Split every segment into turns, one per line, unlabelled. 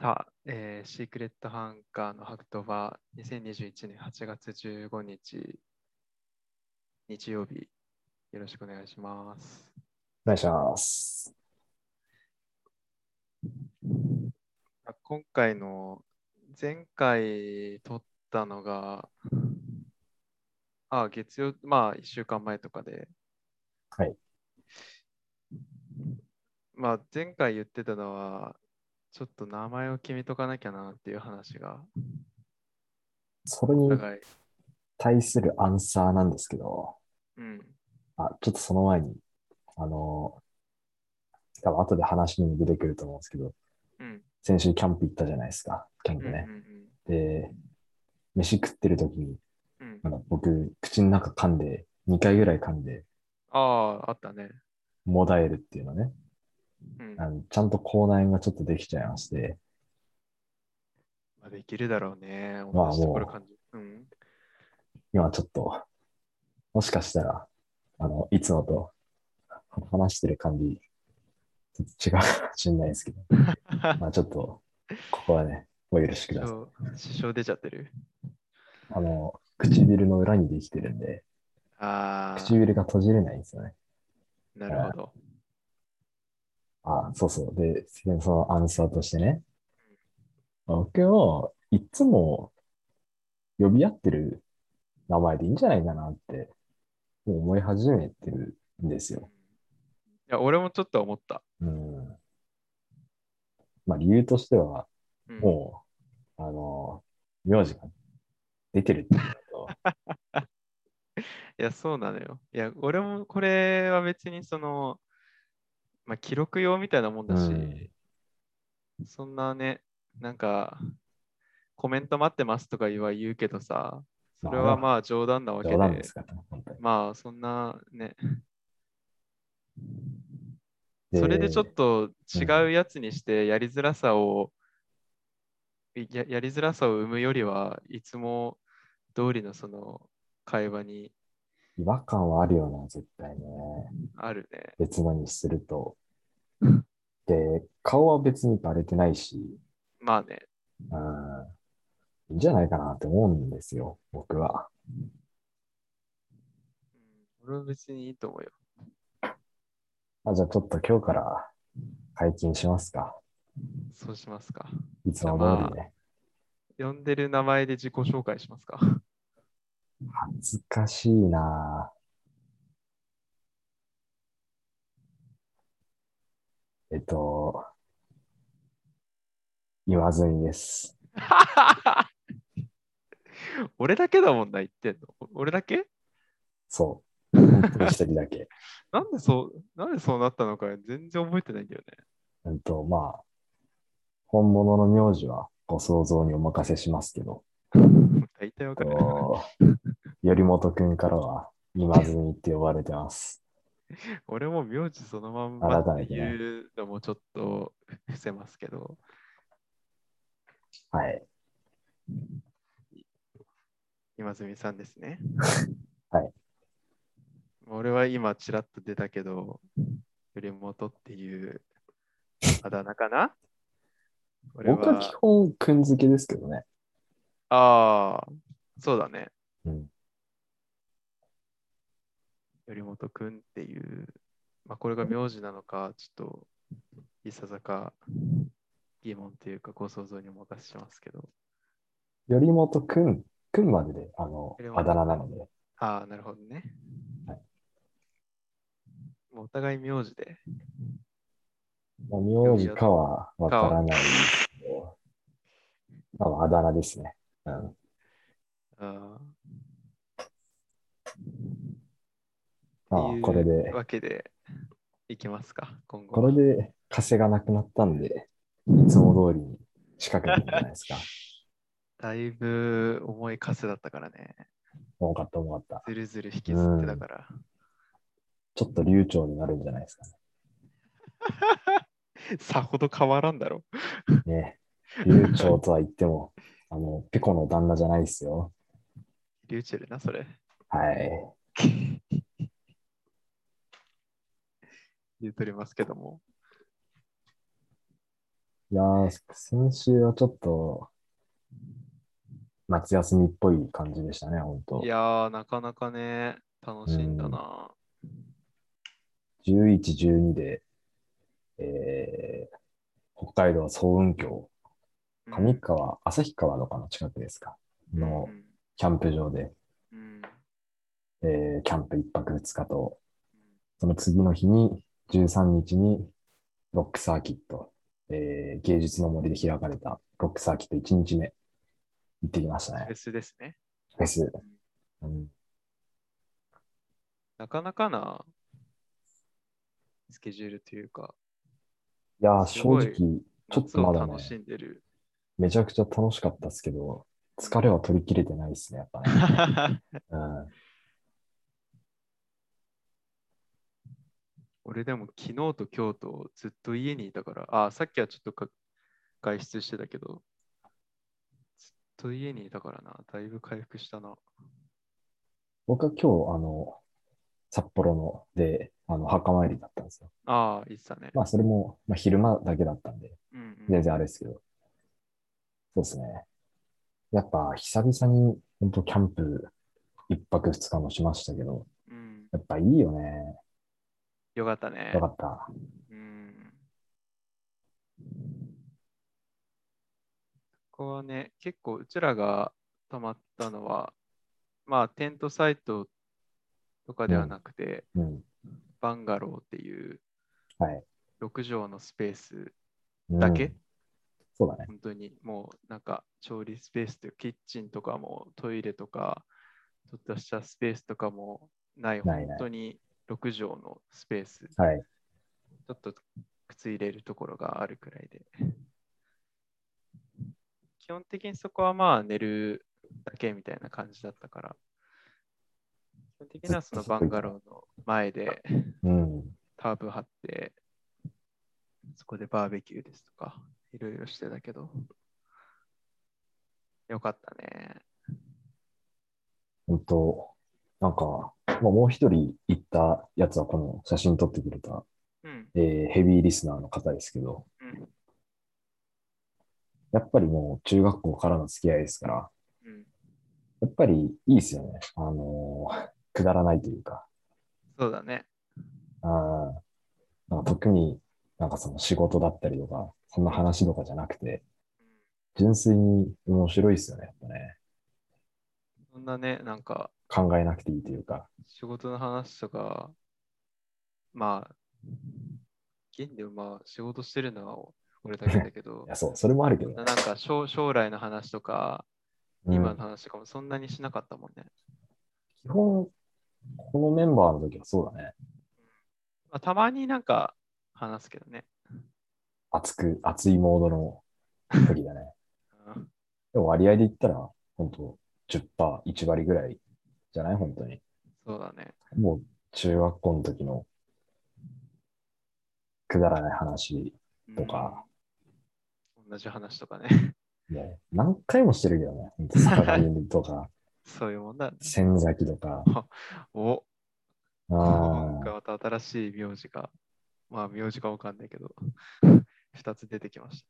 さあ、えーシークレットハンカーのハクトは2021年8月15日、日曜日、よろしくお願いします。
お願いします。
あ今回の、前回撮ったのが、あ、月曜、まあ、1週間前とかで、
はい。
まあ、前回言ってたのは、ちょっと名前を決めとかなきゃなっていう話が、
それ
お
に
互い、
対するアンサーなんですけど、
うん、
あ、ちょっとその前に、あの、多分後で話にも出てくると思うんですけど、
うん、
先週キャンプ行ったじゃないですか、キャン
うん、
プ
うん
ね。で、飯食ってる時に、
うん、うん。
なんか僕、口の中噛んで、2回ぐらい噛んで、
ああ、あったね。
もだえるっていうのね。
うん
あ。のちゃんと口内炎がちょっとできちゃいまして、
まあ、できるだろうね。
まあ
同じところ
もう
感じ。うん。
今ちょっと、もしかしたら、あの、いつもと話してる感じ、ちょっと違うかもしれないですけど、まあちょっと、ここはね、お許しください。
そう支障出ちゃってる。
あの、唇の裏にできてるんで、
ああ、
唇が閉じれないんですよね。
なるほど。
あそうそう。で、そのアンサーとしてね、僕はいつも呼び合ってる名前でいいんじゃないかなって、もう思い始めてるんです
うん
よ
い。や、俺もちょっと思った。
うん。まあ理由としては、
うん、
もう、あの、名字が出てるっていうのと、
いや、そうなのよ。いや、俺もこれは別にその、まあ、記録用みたいなもんだし、
うん
そんなね、なんか、コメント待ってますとかは言うけどさ、それはまあ冗談なわけ
冗談で
で、
すからね、本当に。
まあそんなね、それでちょっと違うやつにしてやりづらさを、いややりづらさを生むよりはいつも通りのその会話に
違和感はあるよな、絶対ね。
あるね。
別のにす ると。で、顔は別にバレてないし、
まあね。
うん、いいんじゃないかなって思うんですよ、僕は。
うん、俺は別にいいと思うよ。
あじゃあちょっと今日から解禁しますか。
そうしますか。
いつも通りね。
呼んでる名前で自己紹介します か。
恥ずかしいなぁえっと、言わずにです。
俺だけだもんな、言ってんの。俺だけ
そう。本当に一人だけ。
なんでそう、なんでそうなったのか全然覚えてないんだよね。
うんと、まあ、本物の名字はご想像にお任せしますけど、
大体わかる。
こう頼元くんからは言わずにって呼ばれてます。
俺も名字そのまんまって
改め
いうのもちょっと伏せますけど、
はい。
今住さんですね。
はい。
俺は今ちらっと出たけど、頼元っていうあだ名かな俺
僕は基
は、
本くん付けですけどね。
ああ、そうだね。
うん。
頼元くんっていう、まあ、これが名字なのか、ちょっと、いささか疑問というか、ご想像にお任せしますけど。
頼元くん、くんまでで、あの
頼、元
あだ名なので。
ああ、なるほどね。
は
もうお互い名字で。
まあ名字かはわからないですけど、まあ、あだ名ですね。うん。
あ
まあ
あ、
これ
とい
で
う、わけで、いきますか、今後は。
これで、稼がなくなったんで、いつも通りに仕掛けてるじゃないですか。
だいぶ重いカスだったからね。
重かった、重かった。
ずるずる引きずってたから。
ちょっと流暢になるんじゃないですか
さほど変わらんだろ。
ね。ね。流暢とは言っても、 あの、ペコの旦那じゃないですよ。
リューチェルな、それ。
はい。
言うとりますけども。
いやー、先週はちょっと、夏休みっぽい感じでしたね、本当
いやー、なかなかね、楽しいんだな。
11、12で、えー、北海道層雲峡、
うん
上川、旭川のかの近くですか、の
うん
キャンプ場で、
うん
えーキャンプ1泊2日と、その次の日に、13日に、ロックサーキット、えー芸術の森で開かれたロックサーキット1日目、行ってきましたね
フェ。スですね。
フェス。うん、
なかなかなスケジュールというか、
いやー、
す
正
ごい
直、ちょっとま
夏を
だね
楽、しんでる。
めちゃくちゃ楽しかったですけど、疲れは取り切れてないですね、やっぱね。うん、
俺でも昨日と今日とずっと家にいたから、あ、さっきはちょっとか外出してたけど、ずっと家にいたからな、だいぶ回復したな。
僕は今日、あの、札幌ので、あの、墓参りだったんですよ。
ああ、言ってたね。
まあ、それも、まあ、昼間だけだったんで、
うんうん
全然あれですけど。そうですね。やっぱ、久々に、本当キャンプ、一泊二日もしましたけど、
うん、
やっぱいいよね。
よかったね
よか。った。
うんここはね、結構うちらが泊まったのは、まあテントサイトとかではなくて、
うん。
バンガローっていう
はい。
6畳のスペース
うん
だけ、
そうだね。
本当にもうなんか調理スペースというキッチンとかもトイレとか、ちょっとしたスペースとかもない、
ないない
本当に6畳のスペース
はい。
ちょっと靴入れるところがあるくらいで。基本的にそこはまあ寝るだけみたいな感じだったから。基本的にはそのバンガローの前で
うん。
タープ張って、そこでバーベキューですとか、いろいろしてたけど。よかったね。
本当なんか、まあ、もう一人行ったやつは、この写真撮ってくれた、
うん。
えーヘビーリスナーの方ですけど、
うん。
やっぱりもう中学校からの付き合いですから、
うん、
やっぱりいいですよね。あのー くだらないというか、
そうだね。
あーなんか特になんかその仕事だったりとか、そんな話とかじゃなくて、純粋に面白いですよね、やっぱね。
そんなね、なんか
考えなくていいというか、
仕事の話とか、まあ、現でもまあ仕事してるのは俺だけだけど
いや、、そう、それもあるけど、
ななんか将将来の話とか、
うん
今の話とかもそんなにしなかったもんね。
基本、このメンバーの時はそうだね。
まあ、たまになんか話すけどね。
熱く、熱いモードの時だね。
うん
でも割合で言ったら、本当10%、1割ぐらいじゃない本当に。
そうだね。
もう中学校の時のくだらない話、
うん
とか。
同じ話とかね。
もう何回もしてるけどね。本当坂上とか、
そういうもんだ、ね。
仙崎とか。
お
あ
なんか
ー
また新しい名字が、まあ名字かわかんないけど、2つ出てきました。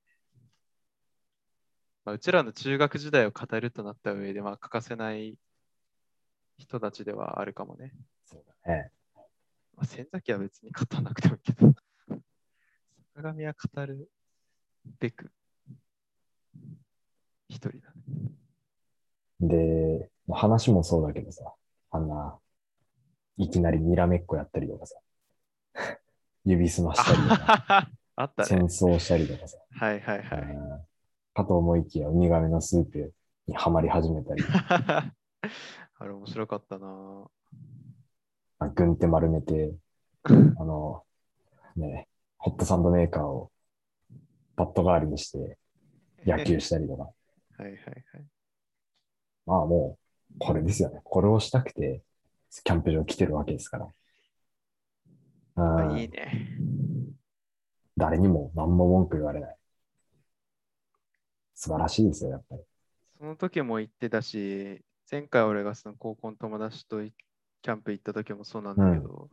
まあ、うちらの中学時代を語るとなった上で、まあ欠かせない人たちではあるかもね。
そうだね。
まあ、仙崎は別に語らなくてもいいけど、 坂上は語るべく、一人だね。
で、話もそうだけどさ、あんな、いきなりにらめっこやったりとかさ、 指すましたりとか、
あ あった
戦
ね。
争したりとかさ、
はいはいは
う
い。
んかと思いきやウミガメのスープにはまり始め たり、
あれ面白かったなぁ。
あ軍手丸めて、あの、ね、ホットサンドメーカーをパッド代わりにして野球したりとか。
はいはいはい。
まあもう、これですよね。これをしたくて、キャンプ場来てるわけですから。
あ
うん
いいね。
誰にも何も文句言われない。素晴らしいですよ、やっぱり。
その時も行ってたし、前回俺がその高校の友達といキャンプ行った時もそうなんだけど、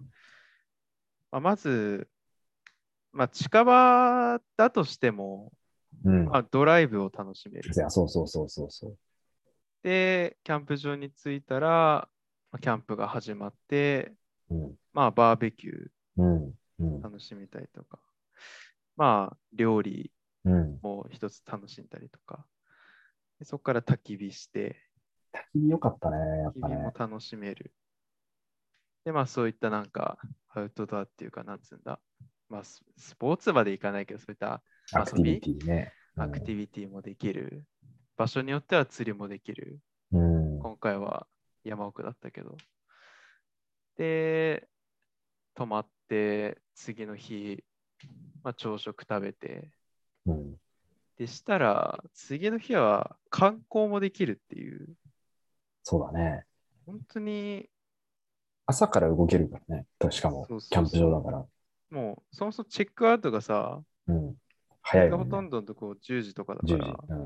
まあ、まず、まあ、近場だとしても、
うん。
まあ、ドライブを楽しめる
い。やそうそうそうそうそう。
で、キャンプ場に着いたら、まあキャンプが始まって、
うん。
まあ、バーベキュー
うん。うん。
楽しみたりとか、まあ、料理
うん。
も一つ楽しんだりとか、でそこから焚き火して、
焚き火良かったね、や
焚
っ
き
ぱ
火
ね
も。楽しめる。で、まあ、そういったなんか、アウトドアっていうか、なんつうんだ、まあ、ススポーツまでいかないけど、そういった
アクティビティね。
アクティビティもできる。場所によっては釣りもできる。
うん。うん
今回は山奥だったけど。で、泊まって、次の日、まあ、朝食食べて。
うん。
でしたら、次の日は観光もできるっていう、
そうだね。
本当に
朝から動けるからね。しかも
そう、そう
キ
そ
ャ
う
ンプ場だから。
もう、そもそもチェックアウトがさ、
うん。早いよ
ほ
ね。
とんどのとこ10時とかだか
10
ら、
時。うん。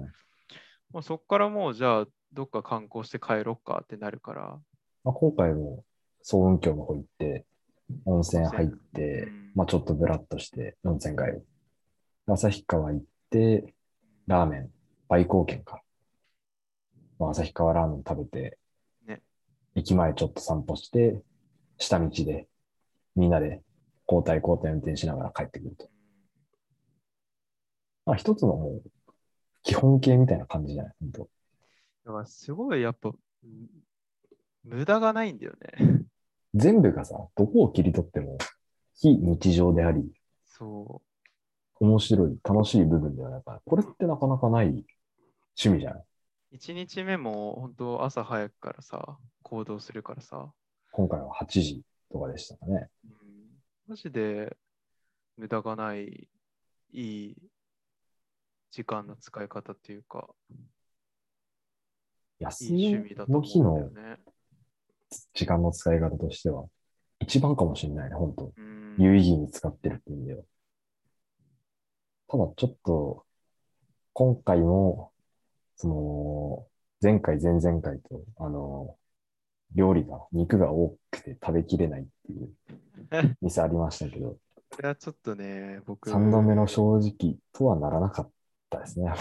もうそこからもう、じゃあ、どっか観光して帰ろっかってなるから、
まあ、今回も、総雲峡の方行って、温泉入って
うん、
まあ、ちょっとぶらっとして、温泉街を。旭川行って、ラーメン、売光軒か。まあ、旭川ラーメン食べて、
ね
駅前ちょっと散歩して、下道で、みんなで交代交代運転しながら帰ってくると。まあ、一つのもう、基本形みたいな感じじゃない本当
だからすごいやっぱ、うん無駄がないんだよね。
全部がさ、どこを切り取っても、非日常であり、
そ。
面白い、楽しい部分ではないから、これってなかなかない趣味じゃないう
1日目も本当朝早くからさ、行動するからさ、
今回は8時とかでしたかね。
うん、マジで無駄がない、いい時間の使い方っていうか、
休
いい
み
趣味だと
の日
思う
の
んだよね。
時間の使い方としては、一番かもしれないね、本当
うん
有意義に使ってるっていう意味では。ただちょっと、今回も、その、前回、前々回と、あの、料理が、肉が多くて食べきれないっていう店ありましたけど、
これはちょっとね、僕
3度目の正直とはならなかったですね。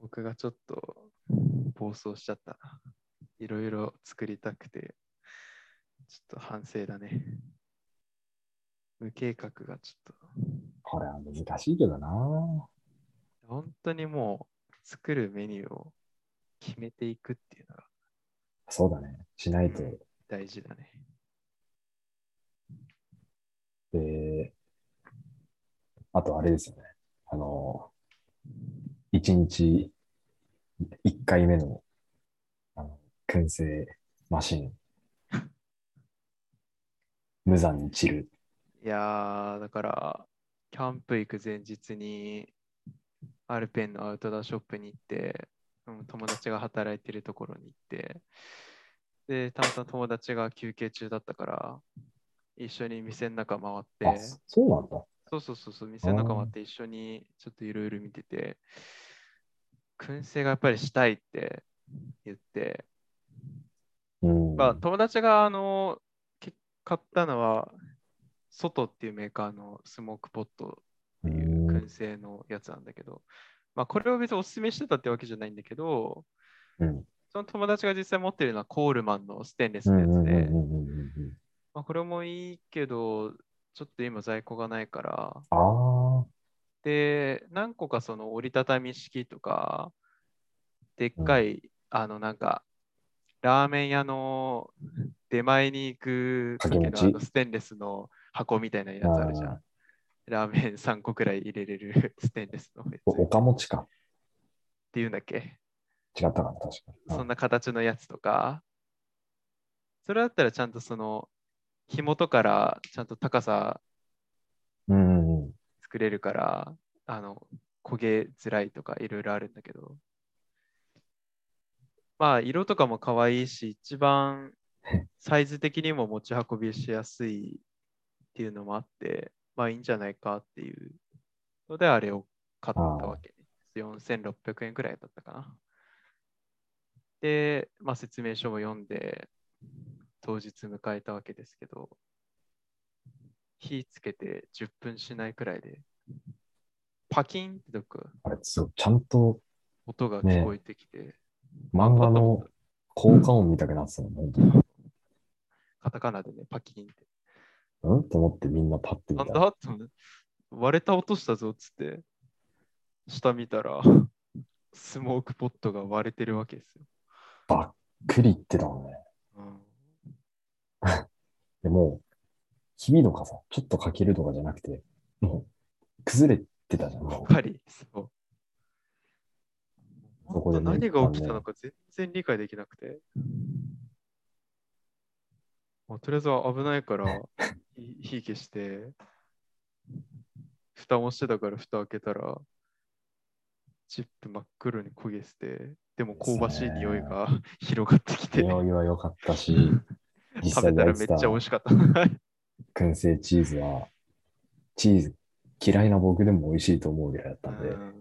僕がちょっと暴走しちゃったな。いろいろ作りたくて、ちょっと反省だね。無計画がちょっ
これは難しいけどな。
と、本当にもう作るメニューを決めていくっていうのが
そうだね。しないと。
大事だね。
で、あとあれですよね。あの、1日1回目の、あの、燻製マシン。無残に散る。
いやー、だから、キャンプ行く前日に、アルペンのアウトドアショップに行って、うん友達が働いてるところに行って、で、たまたま友達が休憩中だったから、一緒に店の中回っ
あ、
て、
そうなんだ。
そうそうそうそう、店の中回って一緒にちょっといろいろ見てて、燻製がやっぱりしたいって言って、
うん。
まあ、友達があのけ買ったのは、ソトっていうメーカーのスモークポット
う
っていうん燻製のやつなんだけど、まあ、これを別にお勧めしてたってわけじゃないんだけど、
うん
その友達が実際持ってるのはコールマンのステンレス
うん
のやつ
うんうんうん
で、
うんうん。
まあ、これもいいけど、ちょっと今在庫がないから、
ああ、
で、何個かその折りたたみ式とか、でっかい、あのなんか、ラーメン屋の出前に行く時の
掛け持ち
あのステンレスの箱みたいなやつあるじゃ
あー
ん。ラーメン3個くらい入れれる ステンレスのやつ
お
っ
岡持ちか。
ていうんだっけ
違ったかな、確かに。
そんな形のやつとか、それだったらちゃんとその紐とかからちゃんと高さ
うんうんうん。
作れるから、あの、焦げづらいとかいろいろあるんだけど。まあ、色とかも可愛いし、一番サイズ的にも持ち運びしやすいっていうのもあって、まあいいんじゃないかっていうので、あれを買ったわけ、ね。4600円くらいだったかな。で、まあ説明書も読んで、当日迎えたわけですけど、火つけて10分しないくらいでパキンってどっか
あれ、そう、ちゃんと
音が聞こえてきて、
漫画の効果音みたくなってたの、本当に。
カタカナでね、パキンって。
うんと思ってみんなパッて見
な
た
ん
ら
だって思って割れた音したぞっつって、下見た ら、スモークポットが割れてるわけですよ。
ばっくり言ってたもんね。
うん
でも、ひびとかさ、ちょっとかけるとかじゃなくて、もう、崩れてたじゃん。も
やっぱり、そう。
そこでね
本当何が起きたのか全然理解できなくて。まあ、とりあえずは危ない から、い火消して、蓋もしてたから蓋開けたら、チップ真っ黒に焦げてて、でも香ばしい匂いが 広がってき
う、
て、
匂いは良かったし、実
食べ
際
たら
焼
め
い
ってち
た
ゃ美味しかった。
燻製チーズは、チーズ嫌いな僕でも美味しいと思うぐらいだったんで、
うん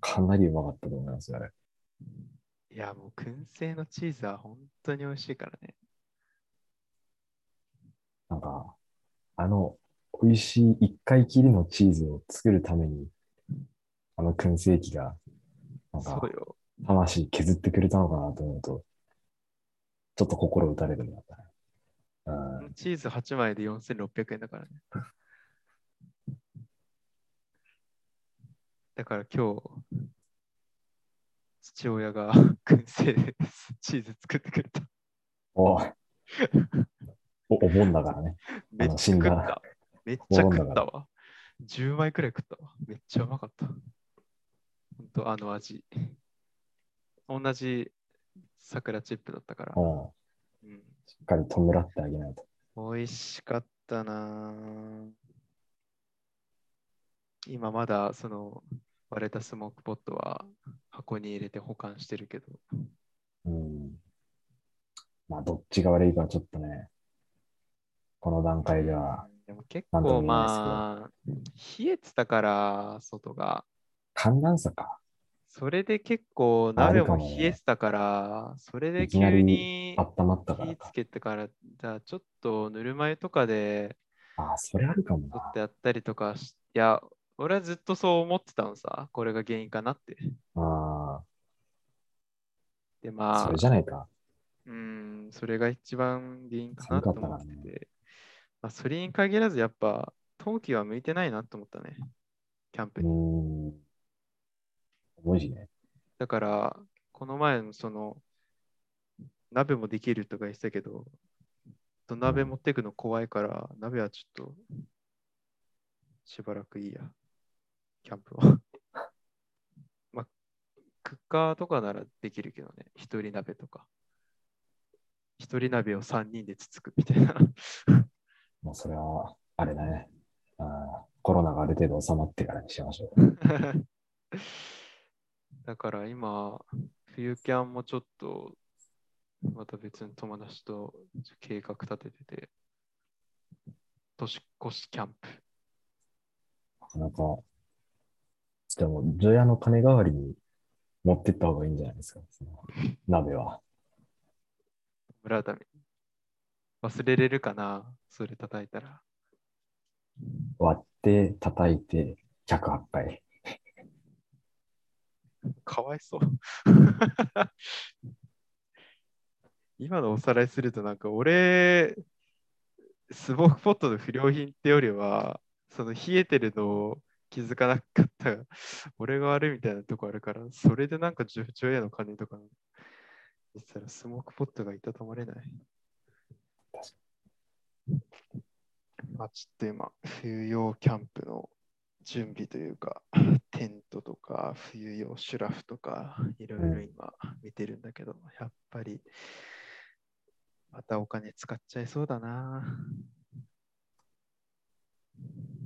かなりうまかったと思いますよ、あれ。
いや、もう燻製のチーズは本当に美味しいからね。
なんか、あの、美味しい一回きりのチーズを作るために、あの燻製機が、なん
そ
か
う、よ。
魂削ってくれたのかなと思うと、ちょっと心打たれるんだったね。うん、
チーズ8枚で4600円だからね。だから今日、父親が 燻製でチーズ作ってくれた。
おいお、お盆だからね。
めっちゃ
死ん
食っ
だ
た。めっちゃ
お盆だ
食っ
から
たわ。10枚くらい食ったわ。めっちゃうまかった。ほんと、あの味。同じ桜チップだったから。
うん、
うん
しっかり弔ってあげないと。
美味しかったなぁ今まだその割れたスモークポットは箱に入れて保管してるけど、
うん。まあ、どっちが悪いかはちょっとね、この段階では、
でも結
なん
構
とも言えな
まあ冷えてたから外が
寒暖差か。
それで結構
ああ
鍋
るか
も
もね
冷えてたからそれで
いきなり
急に
温まったか
火
ら
つ
か。
けてからじゃあちょっとぬるま湯とかで
ああ、それあるかも
取ってやったりとかしいや俺はずっとそう思ってたのさこれが原因かなって
な。あ
で
あ、
ま
そ
あ
れじゃないか。
うーん、それが一番原因かなと
寒かった
思
か
っ
ら
て
ね
て、まあ、それに限らずやっぱ冬季は向いてないなと思ったね、キャンプ
うー
に。
ん。重いしね。
だから、この前のその、鍋もできるとか言ってたけど、土鍋持ってくの怖いから、鍋はちょっと、しばらくいいや、キャンプは。 まあ、クッカーとかならできるけどね、一人鍋とか。一人鍋を3人でつつくみたいな。
もうそれは、あれだね。ああコロナがある程度収まってからにしましょう。
だから今、冬キャンもちょっと、また別の友達と計画立ててて、年越しキャンプ。
なかなか。でも、除夜の鐘代わりに持ってった方がいいんじゃないですか。その鍋は。
村田忘れれるかなそれ叩いたら。
割って、叩いて、108回。
かわいそう。 今のおさらいすると、なんか俺、スモークポットの不良品ってよりは、その冷えてるのを気づかなかった俺が悪いみたいなとこあるから、それでなんか十兆円の金とか、言ってたらスモークポットがいたたまれない。まあ、ちょっと今、冬用キャンプの準備というか、テントとか、冬用シュラフとか、いろいろ今見てるんだけど、やっぱり、またお金使っちゃいそうだな。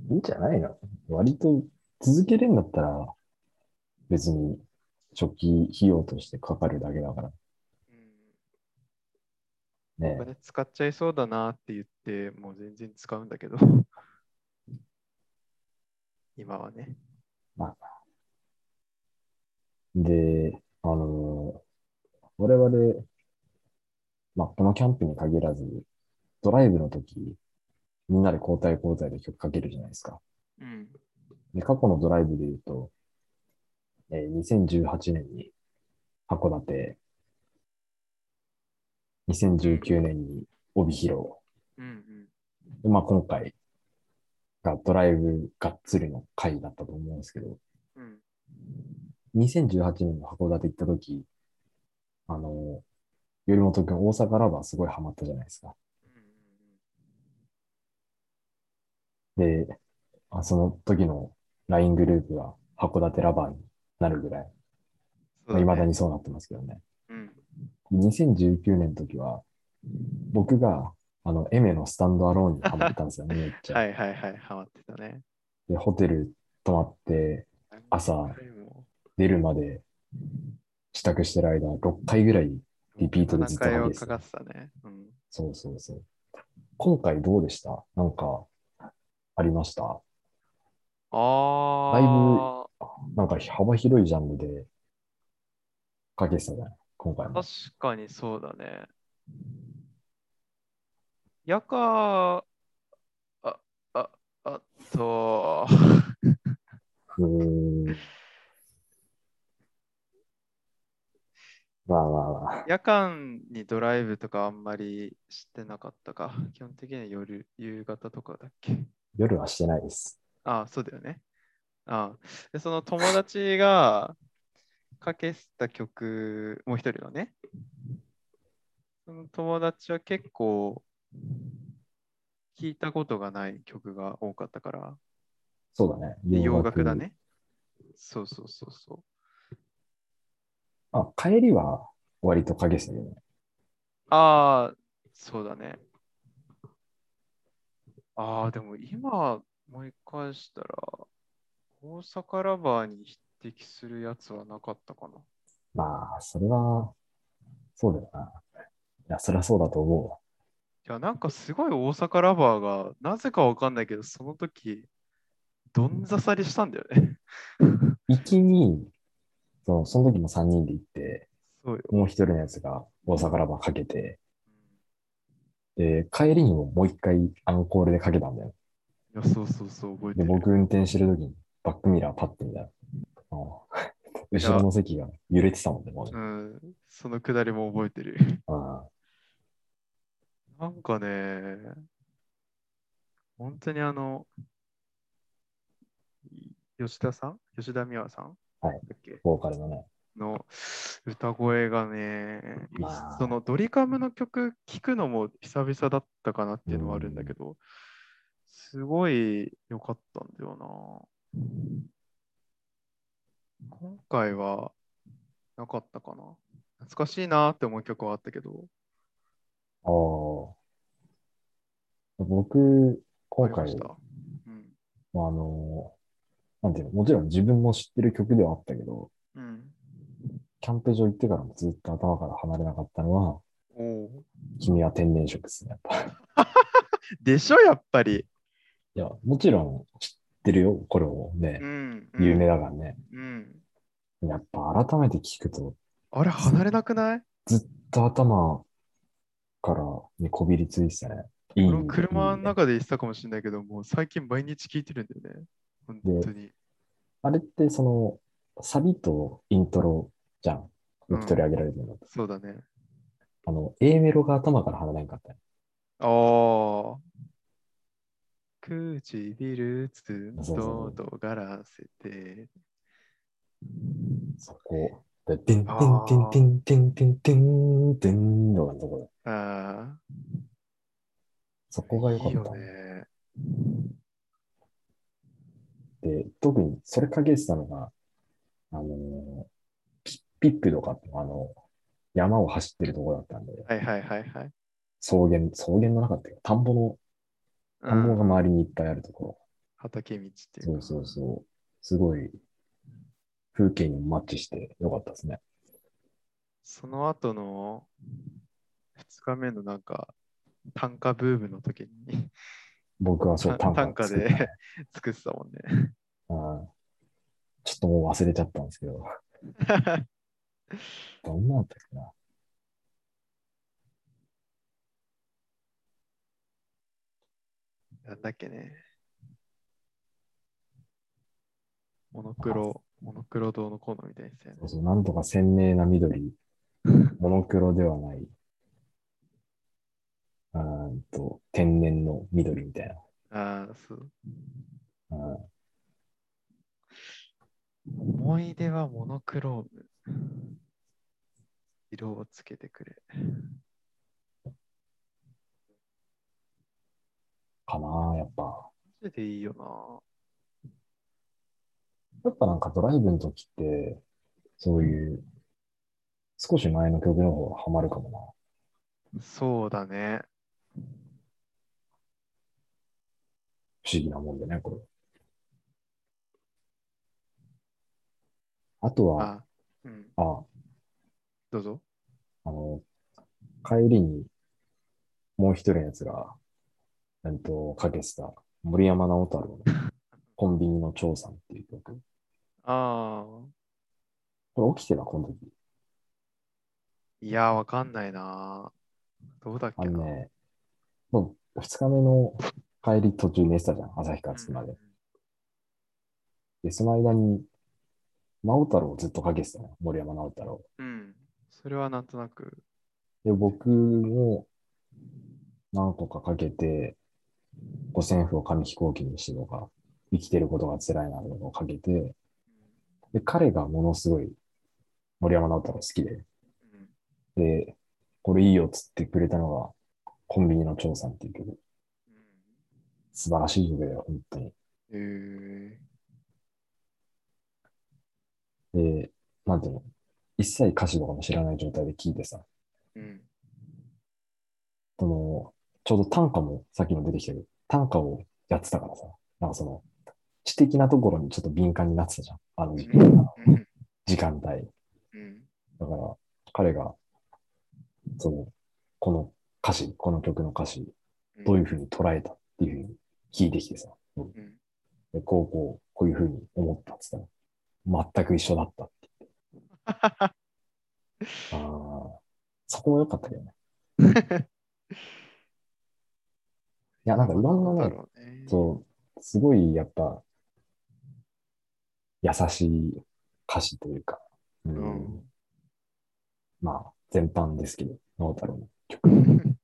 いいんじゃないの割と続けるんだったら、別に初期費用としてかかるだけだから
うん、お
ね。
金使っちゃいそうだなって言って、もう全然使うんだけど、 今はね。
で、あの我々、まあ、このキャンプに限らず、ドライブの時、みんなで交代交代で曲かけるじゃないですか。
うん。
で、過去のドライブで言うと、えー2018年に函館、2019年に帯広、
うんうん。
でまあ、今回がドライブがっつりの回だったと思うんですけど、
うん。
2018年の函館行った時、あの、よりもとくん大阪ラバーすごいハマったじゃないですか。
うん
で、あその時の LINE グループが函館ラバーになるぐらい、
うん
まあ、
うん。
未だ
に。
にそうなってますけどね。
うん。
2019年の時は、僕が、あの、エメのスタンドアローンにハマったんですよね、めっちゃ。
はいはいはい、ハマってたね。
で、ホテル泊まって、朝
何回も
出るまで支度してる間、6回ぐらい、リピートでずっと
7回
ハゲ
は
です
かかってたね。うん。
そうそうそう。今回どうでしたなんか、ありました
ああ。
だいぶなんか幅広いジャンルで、かけてたじゃない今回も。
確かにそうだね。やか、あ、あ、あと、
うーん。まあまあまあ。
夜間にドライブとかあんまりしてなかったか。 基本的には夜、夕方とかだっけ。
夜はしてないです。
ああ、そうだよね。ああ。で、その友達がかけた曲、もう一人のね。その友達は結構聞いたことがない曲が多かったから。
そうだね。
で洋楽だ。ね。そうそうそうそう。
あ、帰りは割とかけてたけどね。
ああ、そうだね。ああ、でも今思い返したら、大阪ラバーに匹敵するやつはなかったかな。
まあ、それは、そうだよな。いや、そりゃそうだと思うわ。
いや、なんかすごい大阪ラバーが、なぜかわかんないけど、その時、どんざさりしたんだよね。
行きに、そのその時も3人で行って、
そうよ。
もう一人のやつが大阪ラバーかけて、で、帰りにももう一回アンコールでかけたんだよ。
いや、そうそうそう、覚えて
で、
る。
僕運転してる時にバックミラーパッて見たら、あの 後ろの席が揺れてたもんね、もうね
うん、そのくだりも覚えてる。
あ
なんかね、本当にあの、吉田さん吉田美和さん
はい
だっけ
ボーカルのね。
の歌声がね、
まあ
そのドリカムの曲聴くのも久々だったかなっていうのはあるんだけど、すごい良かったんだよな。今回はなかったかな。懐かしいなって思う曲はあったけど、
ああ。僕、今
ありま
回
し
は、
た。うん
あの、なんていうの、もちろん自分も知ってる曲ではあったけど、
うん。
キャンプ場行ってからもずっと頭から離れなかったのは、
おお。
君は天然色ですね、やっぱ。
でしょ、やっぱり。
いや、もちろん知ってるよ、これもね
う、ん。うん
有名。だからね。
うん。
やっぱ改めて聞くと、
あれ、離れなくない
頭からにこびりついてたね。いい
俺
意味
も
で
車の
いい意味で
中で言ってたかもしれないけど、もう最近毎日聞いてるんだよね。本当に。
あれってその、サビとイントロじゃん。よく取り上げられてるの、
そうだね。
あの、A メロが頭から離れなかったね。
ああ。唇つん
そうそ
と
う
とがらせて。
そこ。で、てんて
あ
ん
ー
てんてんてんてんてんてんのところ。
あ
そこが
あ。
良か
い
っ
い
た。
よね。
で、特にそれかけてたのが、あのーピピックとかって、あの、山を走ってるとこだったんで、
はいはいはいはい。
草原、草原の中っていうか、田んぼの、田
うん
ぼ
ん、
が周りにいっぱいあるとこ
畑道ってい
ろ。
うか。
そうそうそう。すごい、風景にもマッチして良かったですね。
その後の2日目のなんか短歌ブームの時に
僕はそう、
た
短歌を作った
短歌で 作ってたもん ね。
うんちょっともう忘れちゃったんですけど、どんなだったっけな。
なんだっけね。モノクロ、モノクロどうのこうのみたいですよね。
そうそう、なんとか鮮明な緑。モノクロではない。うーんと、天然の緑みたい
ああ、そう。
な。うん
思い出はモノクローム。色をつけてくれ。
かな、やっぱ。
マジでいいよ
やっぱなんかドライブの時って、そういう、少し前の曲の方がハマるかも
な。そうだね。
な。不思議なもんでね、これ。あとは、
あ、うん。
あ、
どうぞ。
あの、帰りに、もう一人のやつが、うんと、かけてた、森山直太朗の、コンビニの長さんっていう曲。
ああ、
これ起きてた、この時。
いや、わかんないな。どうだっ
あ
けな。
のね、もう二日目の帰り途中寝てたじゃん、朝日から着くまで。で、その間に、直太朗をずっとかけてたの、森山直太朗。
うん。うん。それはなんとなく。
で、僕も何個かかけて、五線譜を紙飛行機にしてとか、生きてることが辛いなとかをかけて、で、彼がものすごい森山直太朗好きで、
うん、
で、これいいよっつってくれたのが、コンビニの長さんっていう曲。素晴らしい曲だよ、本当に。
うん。え
で、なんていうの、一切歌詞とかも知らない状態で聴いてさ、
ー、うん。
その、ちょうど短歌もさっきも出てきたけど、短歌をやってたからさ、なんかその、知的なところにちょっと敏感になってたじゃん、あの時
うん。
時間帯。
うん。
だから、彼が、その、この歌詞、この曲の歌詞、どういうふうに捉えたっていうふうに聞いてきてさ、
うん。
でこうこう、こういうふうに思ったって言ったら、全く一緒だったって言って。あーそこも良かったけどね。いや、なんかいろんな
だ
ね、
ろうね。
そう、すごいやっぱ、優しい歌詞というか、う
うんん。
まあ、全般ですけど、直太朗の。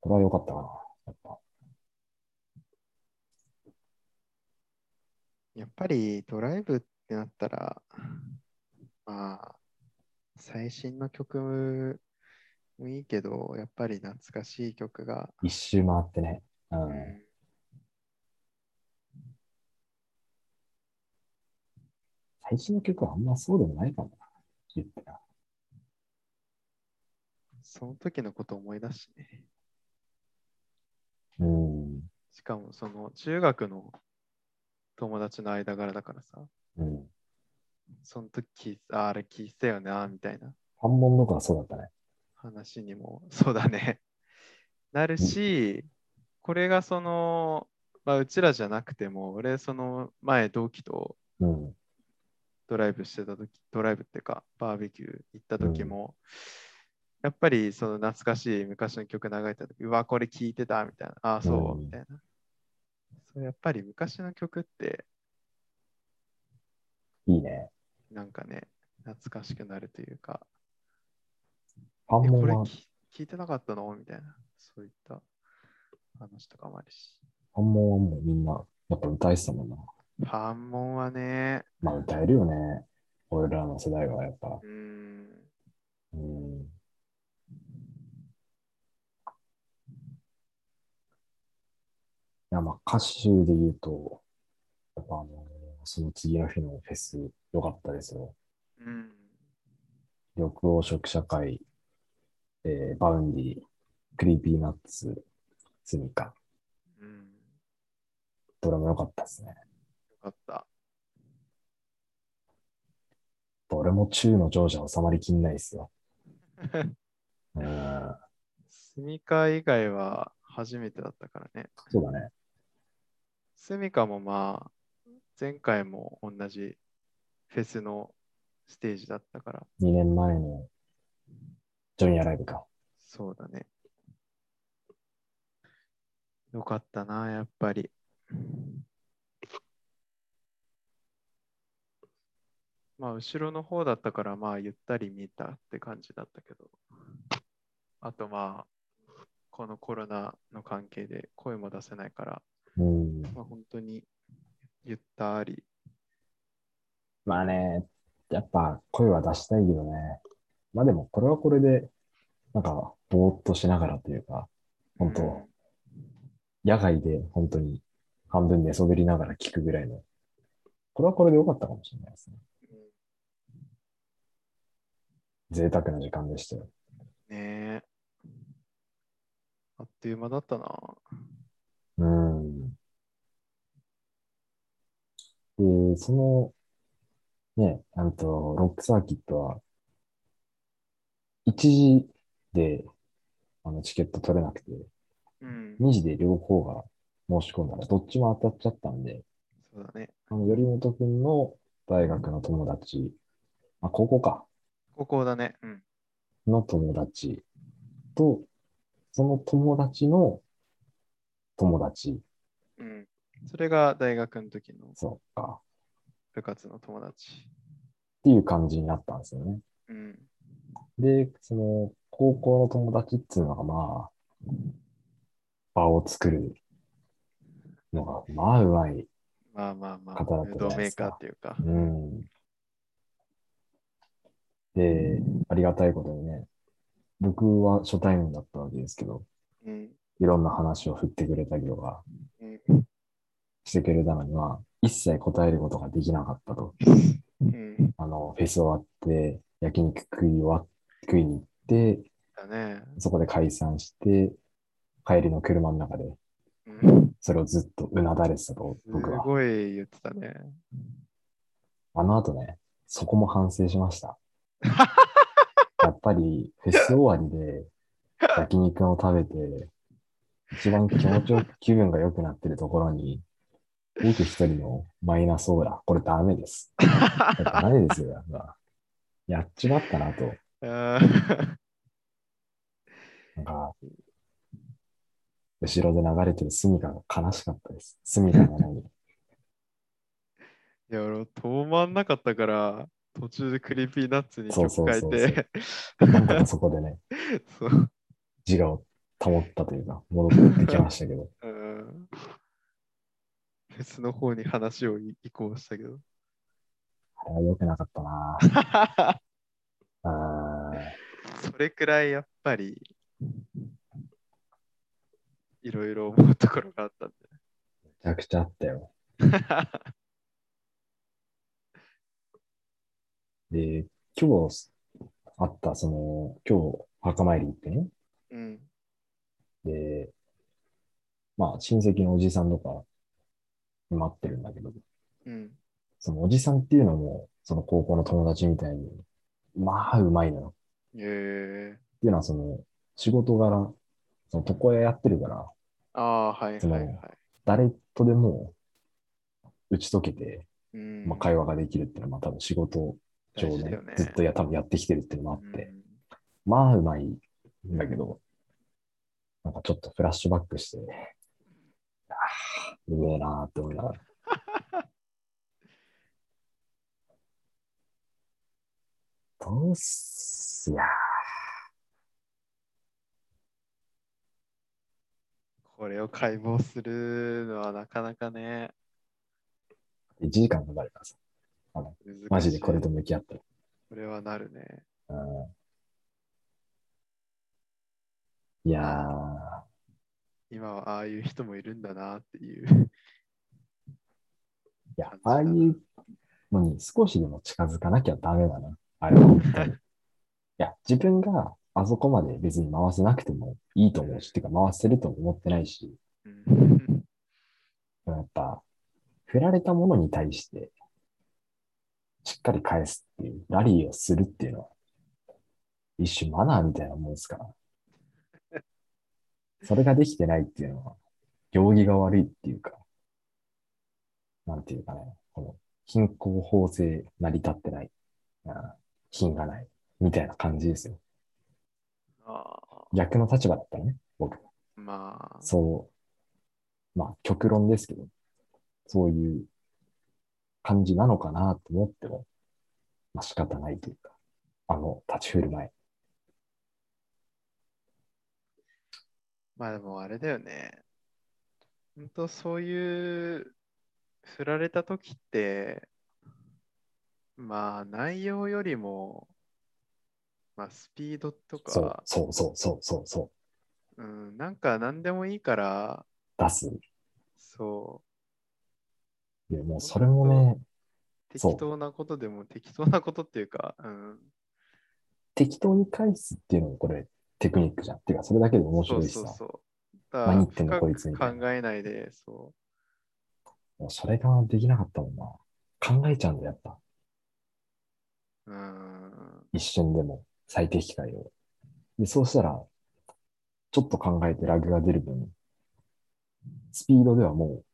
これは良かったかな、やっぱ。
やっぱりドライブってなったら、まあ、最新の曲もいいけど、やっぱり懐かしい曲が、
一周回ってね。う。
うんん
最新の曲はあんまそうでもないかもな。言ってな。
その時のこと思い出すしね。
うん。
しかも、その中学の友達の間柄だからさ、
うん。
その時、ああれ聞いてたよな、みたいな
半門の子はそうだったね。
話にも、そうだね、 なるし、これがその、まあ、うちらじゃなくても、俺、その前、同期と、
うん。
ドライブしてた時ドライブっていうかバーベキュー行った時も、やっぱりその懐かしい昔の曲流れた時うわこれ聴いてたみたいなああそう、
うん
みたいなそうやっぱり昔の曲って
いいね。
なんかね懐かしくなるというか
半
えこ
門
れ
は、
聴いてなかったのみたいなそういった話とかもあるし
半門はもうみんな、やっぱ歌えてたもんな。
反問はね
まあ歌えるよね。俺らの世代はやっぱ。
うーん
うん。いや、まあ歌手で言うと、やっぱあのその次の日のフェス、良かったですよ。
うん
緑黄色社会、えーバウンディ、クリーピーナッツ、スミカ。
うんよ
どれも良かったですね。
かった
どれも中の上者収まりきんないで すよ。うん。
スミカ以外は初めてだったからね
そうだね。
スミカもまあ、前回も同じフェスのステージだったから、
2年前のジョニアライブか。
そうだね。よかったな、やっぱり。まあ、後ろの方だったから、まあ、ゆったり見たって感じだったけど。あと、まあ、このコロナの関係で声も出せないから、
うん。
まあ、本当にゆったり。
まあね、やっぱ声は出したいけどね。まあでも、これはこれで、なんか、ぼーっとしながらというか、本当
うん
野外で本当に半分寝そべりながら聞くぐらいの、これはこれで良かったかもしれないですね。
うん
贅沢な時間でしたよ。
ねえ。あっという間だったな。
うん。で、その、ね、あと、ロックサーキットは、1時で、あの、チケット取れなくて、
うん。
2時で両方が申し込んだら、どっちも当たっちゃったんで、
そうだね。
あの、頼本くんの大学の友達、あ、高校か、
ここだね。うん。
の友達と、その友達の友達、
うん。それが大学の時の
そうか、
部活の友達。
っていう感じになったんですよね。
うん。
で、その、高校の友達っていうのが、まあ、場を作るのが、まあ、うまい。
まあまあまあ、
方だった
ム
じ
ード
ゃない
メ
で
ー
すか
カーっていうか
う。ん。で、ありがたいことにね、僕は初対面だったわけですけど、
うん。
いろんな話を振ってくれたりとか
うん。
してくれたのには、一切答えることができなかったと。
うん。
あの、フェス終わって、焼肉食い終わ食いに行って、
だね。
そこで解散して、帰りの車の中で、
うん。
それをずっとうなだれてたと、
す
僕は。
ごい言ってたね。
あの後ね、そこも反省しました。 やっぱり、フェス終わりで、焼肉を食べて、一番気持ちよく、気分が良くなってるところに、僕一人のマイナスオーラ、これダメです。やっぱダメですよ、やっぱ。やっちまったなと。
あー
なんか、後ろで流れてるスミカが悲しかったです。スミカがない。
いや、俺、止まんなかったから、途中でクリーピーナッツに
そう
曲
そうそうそ
変
う
えて、
なんとかそこでね、
そう。
自我を保ったというか、戻ってきましたけど。
うん。フェスの方に話をい移行したけど。
あれは良くなかったなあー
それくらいやっぱりいろいろ思うところがあったん
めちゃくちゃあったよ。
で。
で、今日あった、その、今日墓参り行ってね。
うん。
で、まあ、親戚のおじさんとかに待ってるんだけど、
うん。
そのおじさんっていうのも、その高校の友達みたいに、まあ、うまいのよ。
ええ
っていうのは、その、仕事柄、その床屋やってるから、
ああー、はい
その
はいはい。
誰とでも打ち解けて、
うん、
まあ、会話ができるっていうのは、まあ、多分仕事上
大事だ
ね
よね、
ずっとや、多分やってきてるっていうのもあって、
うん
まあ、うまいんだけど、なんかちょっとフラッシュバックして、ああ、うめえなーって思いな がら。どうす、いや
これを解剖するのはなかなかね、
ー、1時間かかるからさ、
難しい。
マジでこれと向き合ったら。
これはなるね。
うん、いやー、
今はああいう人もいるんだなっていう。
いや
感じ、だな
ああいうのに少しでも近づかなきゃダメだな。あれは本当に。いや、自分があそこまで別に回せなくてもいいと思うし、てか回せるとも思ってないし、
うん
でもやっぱ、振られたものに対して、しっかり返すっていう、ラリーをするっていうのは、一種マナーみたいなもんですから。それができてないっていうのは、行儀が悪いっていうか、なんていうかね、この、貧困法制成り立ってない、うん品がない、みたいな感じですよ。
ああ
逆の立場だったらね、僕
まあ、
そう、まあ極論ですけど、そういう感じなのかなと思っても、まあ、仕方ないというか、あの、立ち振る舞い。
まあでもあれだよね。本当そういう、振られた時って、まあ内容よりも、まあスピードと
そう
か、
そうそうそうそうそ
うん、なんか何でもいいから、
う。出す。
そ
いや、もうそれもね、
う、
そう
適当なことでも適当なことっていうか、うん、
適当に返すっていうのもこれテクニックじゃん。っていうか、それだけで
そ
面白
う
いしさ。
そうそう。
何言ってんだこい
深
つみたい
く
な
考えないで、そ
もうそれができなかったもんな。考えちゃうんだよ、やっぱ。
う。うん、
一瞬でも最適解を。で、そうしたら、ちょっと考えてラグが出る分、スピードではもう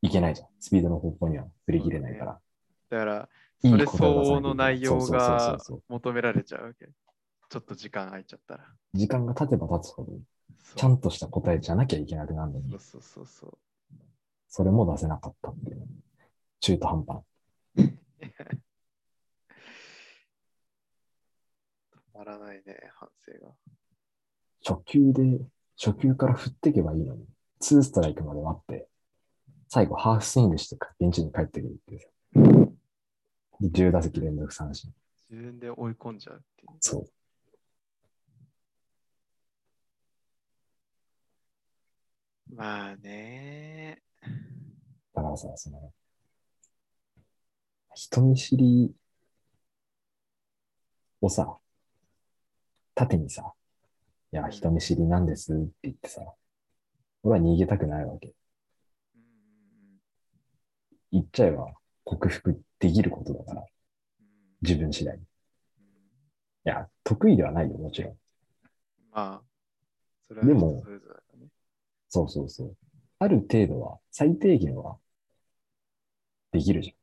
いけないじゃん。スピードの方向には振り切れないから。
だから、
いい
それ
答
相
えを出さ
応
なきゃ
の
いけない
内容
そうそうそう
が
そう
求められちゃうわけ。ちょっと時間空いちゃったら。
時間が経てば経つほど、
そう
ちゃんとした答えじゃなきゃいけなくなるの
そ
に
う、そうそうそう。
それも出せなかったっていう。中途半端な。
止まらないね、反省が。
初級で、初級から振っていけばいいのに、ツーストライクまで待って、最後ハーフスイングしてベンチに帰ってくるっていうさ。で10打席連続三振。
自分で追い込んじゃうっていう。
そう。
まあね。
だからさ、その、人見知りをさ、縦にさ、いや、人見知りなんですって言ってさ、俺は逃げたくないわけ。
うん
言っちゃえば克服できることだから、
うんうん
自分次第。い
うん
や、得意ではないよ、もちろん。
まあ、それは
で
人
も
それぞれだね。
そうそうそう。ある程度は、最低限は、できるじゃん。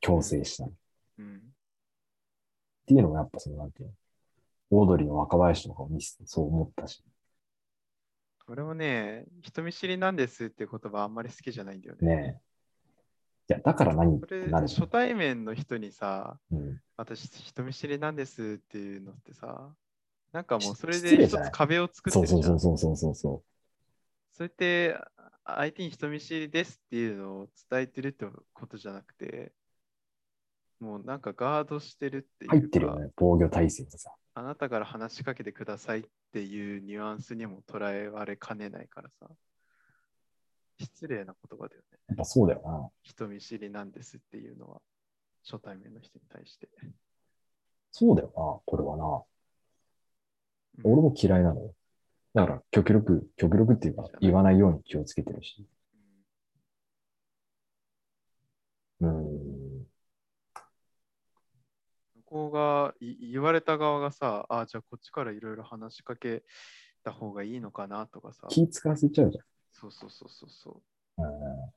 強制したり。
うん
っていうのがやっぱその、なんていうの、オードリーの若林とかを見せてそう思ったし。
俺もね、人見知りなんですっていう言葉あんまり好きじゃないんだよね。
ねえ。いや、だから何っ
そ
て
れ
なるじゃ
初対面の人にさ、
ん。うん。
私人見知りなんですっていうのってさ、なんかもうそれ
失
で
礼
一
じゃない
つ壁を作って
そう
るじ
そ
ゃ。
うんそうそうそうそうそ。
それってあ相手に人見知りですっていうのを伝えてるってことじゃなくて、もうなんかガードしてるっていううか、
入ってるよね。防御体制でさ。
あなたから話しかけてくださいっていうニュアンスにも捉えられかねないからさ、失礼な言葉だよね。
やっぱそうだよな。
人見知りなんですっていうのは、初対面の人に対して。
そうだよな。これはな。俺も嫌いなのよ。だから、極力、極力っていうか、言わないように気をつけてるし。うん。
向こうがい言われた側がさ、あじゃあこっちからいろいろ話しかけた方がいいのかなとかさ、
気使わせちゃうじ
そうそうそうそうそ
ゃん。うん。
う。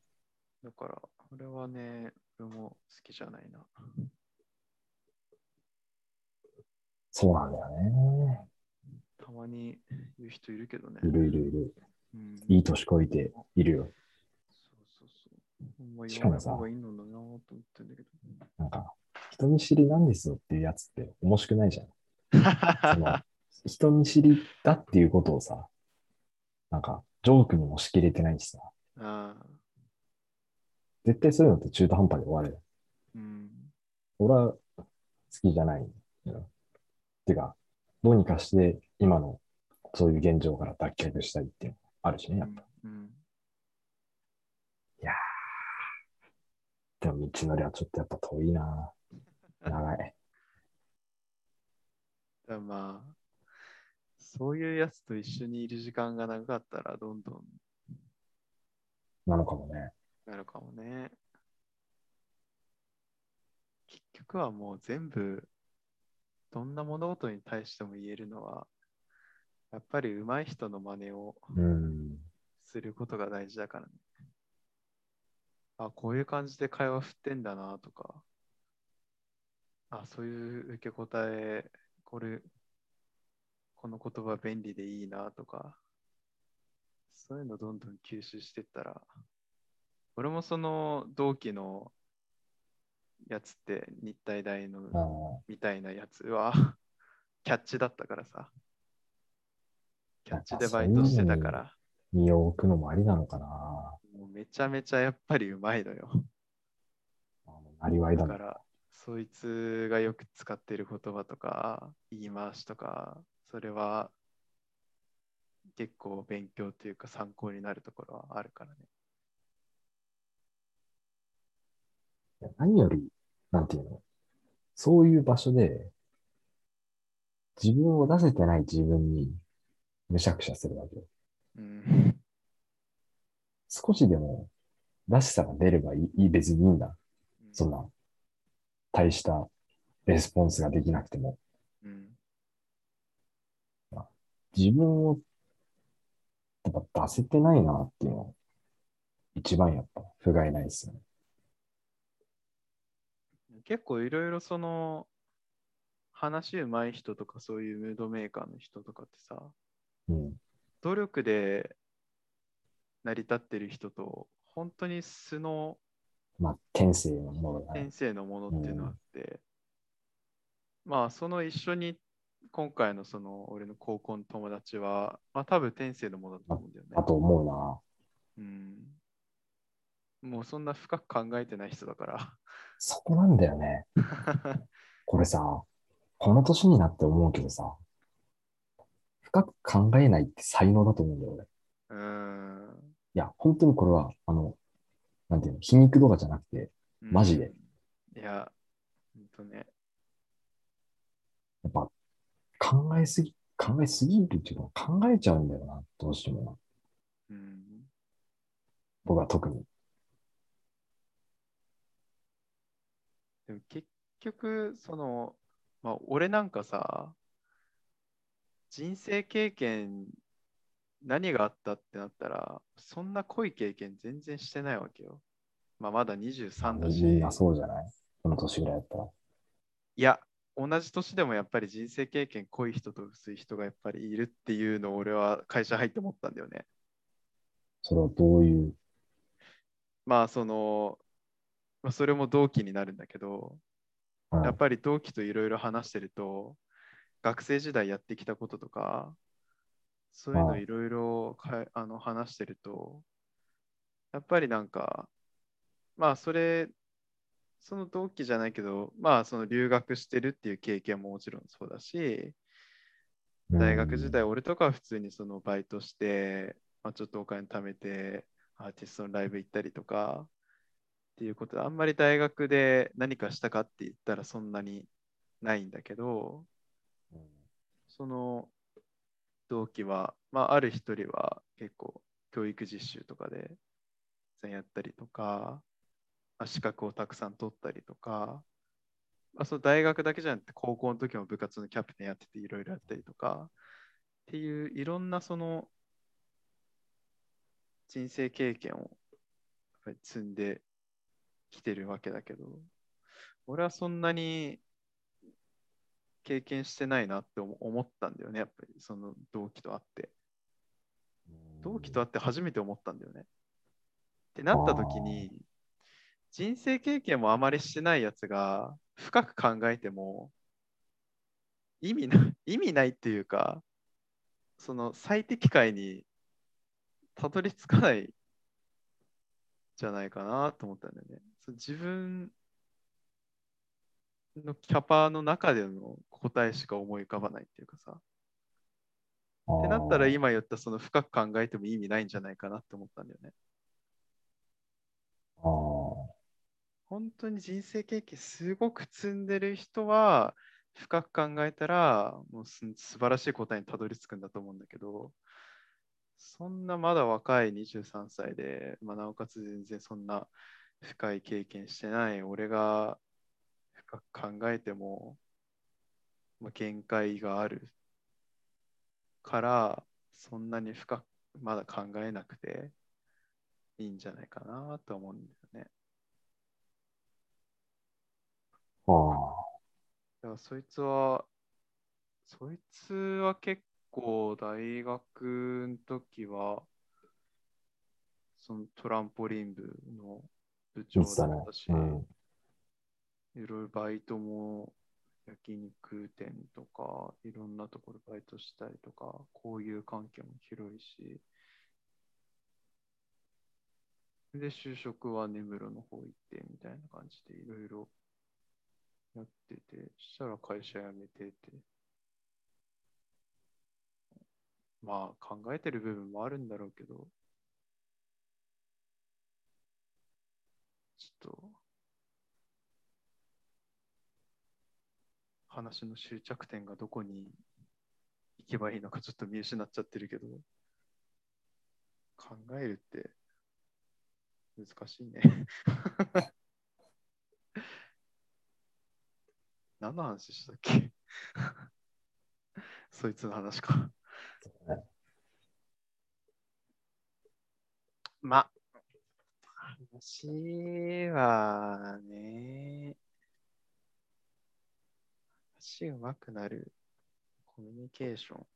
だから、これはね、俺も好きじゃないな。
そうなんだよね。
たまに言う人いるけどね。
いるいるいる。
うん
いい年こいているよ。
そうそうそう。ほんま
し
言
か
わ
も
ない
さ
方がいいのだなと思ってんだけど。
なんか、人見知りなんですよっていうやつって面白くないじゃん。その人見知りだっていうことをさ、なんか、ジョークにもしきれてないしさ、
ああ、
絶対そういうのって中途半端で終わるよ。
うん。
俺は好きじゃない。うん、てか、どうにかして今のそういう現状から脱却したいっていうのがあるしね、やっぱ。
うん。
でも道のりはちょっとやっぱ遠いな長い。
だからまあ、そういうやつと一緒にいる時間が長かったら、どんどん
なのかもね。
なるかもね。結局はもう全部、どんな物事に対しても言えるのは、やっぱり上手い人の真似を
うん。
することが大事だからね。あ、こういう感じで会話振ってんだなとか、あ、そういう受け答え、これ、この言葉便利でいいなとか、そういうのどんどん吸収してったら、俺もその同期のやつって日体大の
あ
みたいなやつは キャッチだったからさ。キャッチでバイトしてたから、
ー身を置くのもありなのかな。
もうめちゃめちゃやっぱりうまいのよ。
あのなりわいだ
だ
ね
から、そいつがよく使ってる言葉とか、言い回しとか、それは結構勉強というか参考になるところはあるからね。
いや何より、なんていうの、そういう場所で、自分を出せてない自分に、むしゃくしゃするわけよ。
うん。
少しでも、らしさが出ればいい、いい別にいいんだ。そんな、大したレスポンスができなくても。
うん。
自分を、やっぱ出せてないなっていうのは、一番やっぱ、不甲斐ないですよね。
結構いろいろその話うまい人とかそういうムードメーカーの人とかってさ
うん。
努力で成り立ってる人と本当に素の
まあ、天性のものがね
先生のものっていうのがあって、まあその一緒に今回のその俺の高校の友達はまあ多分天性のものだと思うんだよね
だ。と思うな。
うん、もうそんな深く考えてない人だか
そこなんだよね。
ら。
これさ、この年になって思うけどさ、深く考えないって才能だと思うんだよ、俺。い
うん。
や、本当にこれは、あの、なんていうの、皮肉とかじゃなくて、マジで
うん。いや、ほんとね。
やっぱ、考えすぎ、考えすぎるっていうか、考えちゃうんだよな、どうしてもな。
うん。
僕は特に。
でも結局、その、まあ、俺なんかさ、人生経験、何があったってなったら、そんな濃い経験全然してないわけよ。まあ、まだ23だし、
みんなそうじゃないこの年ぐらいだったら。
いや、同じ年でもやっぱり人生経験濃い人と薄い人がやっぱりいるっていうのを俺は会社入って思ったんだよね。
それはどういう、
まあ、その、まあ、それも同期になるんだけど、
うん
やっぱり同期といろいろ話してると、学生時代やってきたこととか、そういうの
はい
いろいろかいあの話してると、やっぱりなんか、まあそれ、その同期じゃないけど、まあその留学してるっていう経験ももちろんそうだし、
うん
大学時代、俺とかは普通にそのバイトして、まあ、ちょっとお金貯めて、アーティストのライブ行ったりとか、っていうことで、あんまり大学で何かしたかって言ったらそんなにないんだけど、
うん
その同期は、まあ、ある一人は結構教育実習とかでやったりとか、まあ資格をたくさん取ったりとか、まあ、その大学だけじゃなくて高校の時も部活のキャプテンやってていろいろやったりとかっていういろんなその人生経験をやっぱり積んできてるわけだけど俺はそんなに経験してないなって思思ったんだよねやっぱりその同期と会って同期と会って初めて思ったんだよね。ってなった時に人生経験もあまりしてないやつが深く考えても意味ない意味ないっていうかその最適解にたどり着かないじゃないかなと思ったんだよね。その自分のキャパの中での答えしか思い浮かばないっていうかさ。
っ
ってなったら
いい。
今言ったその深く考えても意味ないんじゃないかなって思ったんだよね。
あー
本当に人生経験すごく積んでる人は深く考えたらもうす素晴らしい答えにたどり着くんだと思うんだけどそんなまだ若い23歳で、まあ、なおかつ全然そんな深い経験してない俺が深く考えても、まあ、限界があるからそんなに深くまだ考えなくていいんじゃないかなと思うんだよね。
あー。
だからそいつは、そいつは結構大学の時は、そのトランポリン部の部長
いつだ
だ
ね
ったし、。
うん。
いろいろバイトも焼肉店とかいろんなところバイトしたりとかこういう関係も広いしで就職は根室の方行ってみたいな感じでいろいろやっててしたら会社辞めててまあ考えてる部分もあるんだろうけどちょっと話の終着点がどこに行けばいいのかちょっと見失っちゃってるけど考えるって難しいね 何の話したっけ そいつの話かま話はね話うまくなるコミュニケーション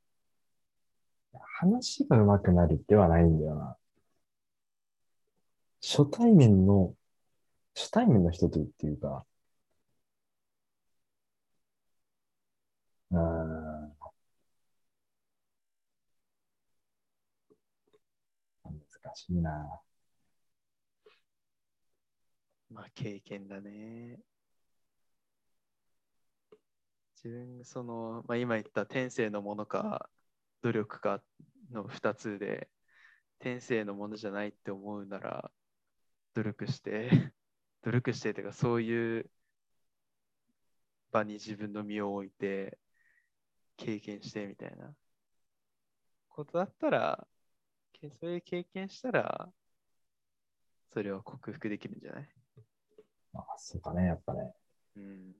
話が上手くなるではないんだよな。初対面の、初対面の人とっていうか、うーん。難しいな。
まあ経験だね。自分、その、まあ、今言った天性のものか努力かの2つで、天性のものじゃないって思うなら、努力して 努力してというか、そういう場に自分の身を置いて、経験してみたいなことだったら、けそういう経験したら、それは克服できるんじゃない
まあ、そうかね、やっぱね。
うん。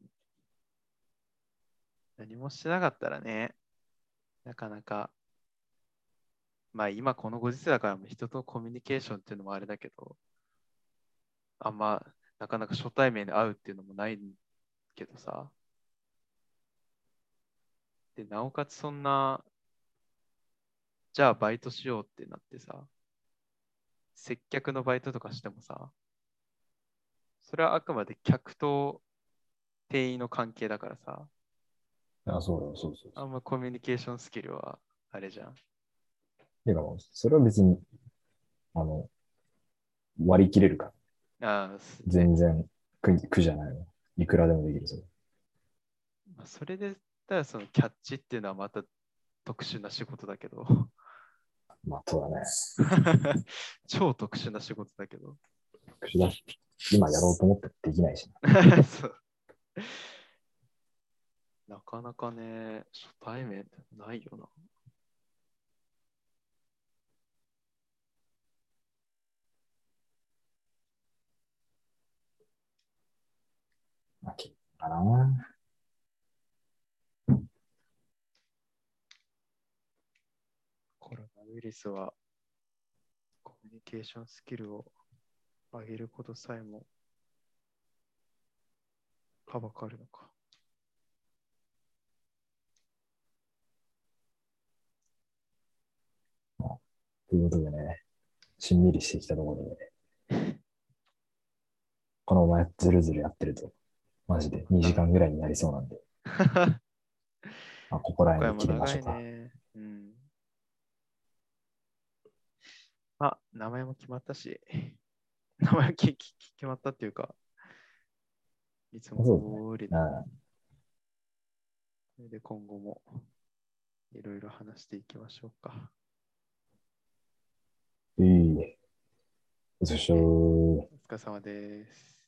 何もしてなかったらね、なかなか、まあ今このご時世だから人とコミュニケーションっていうのもあれだけど、あんまなかなか初対面で会うっていうのもないけどさ、で、なおかつそんな、じゃあバイトしようってなってさ、接客のバイトとかしてもさ、それはあくまで客と店員の関係だからさ、
あ、そうよ、そうそう
あんまコミュニケーションスキルはあれじゃん。
てかもう、それは別に、あの、割り切れるから。
ああ、す
全然苦苦じゃないの。いくらでもできるぞ。
まあそれで、ただそのキャッチっていうのはまた特殊な仕事だけど、
まあ、そうだね。
超特殊な仕事だけど。
苦だし。今やろうと思ってもできないしな。
そうなかなかね、初対面ってないよな。
まあ、結構かな。
コロナウイルスはコミュニケーションスキルを上げることさえもはばかるのか。
ということでね、しんみりしてきたところで、この前ずるずるやってると、マジで2時間ぐらいになりそ うなんで、まあ、ここら
今回
辺
も
で切りま
長
しょう
い
か。
ね。うん。まあ、名前も決まったし、 名前もききき決まったっていうか、いつも通り
う
の
ん
それで今後もいろいろ話していきましょうか。
いい。そしょー。
お疲れ様です。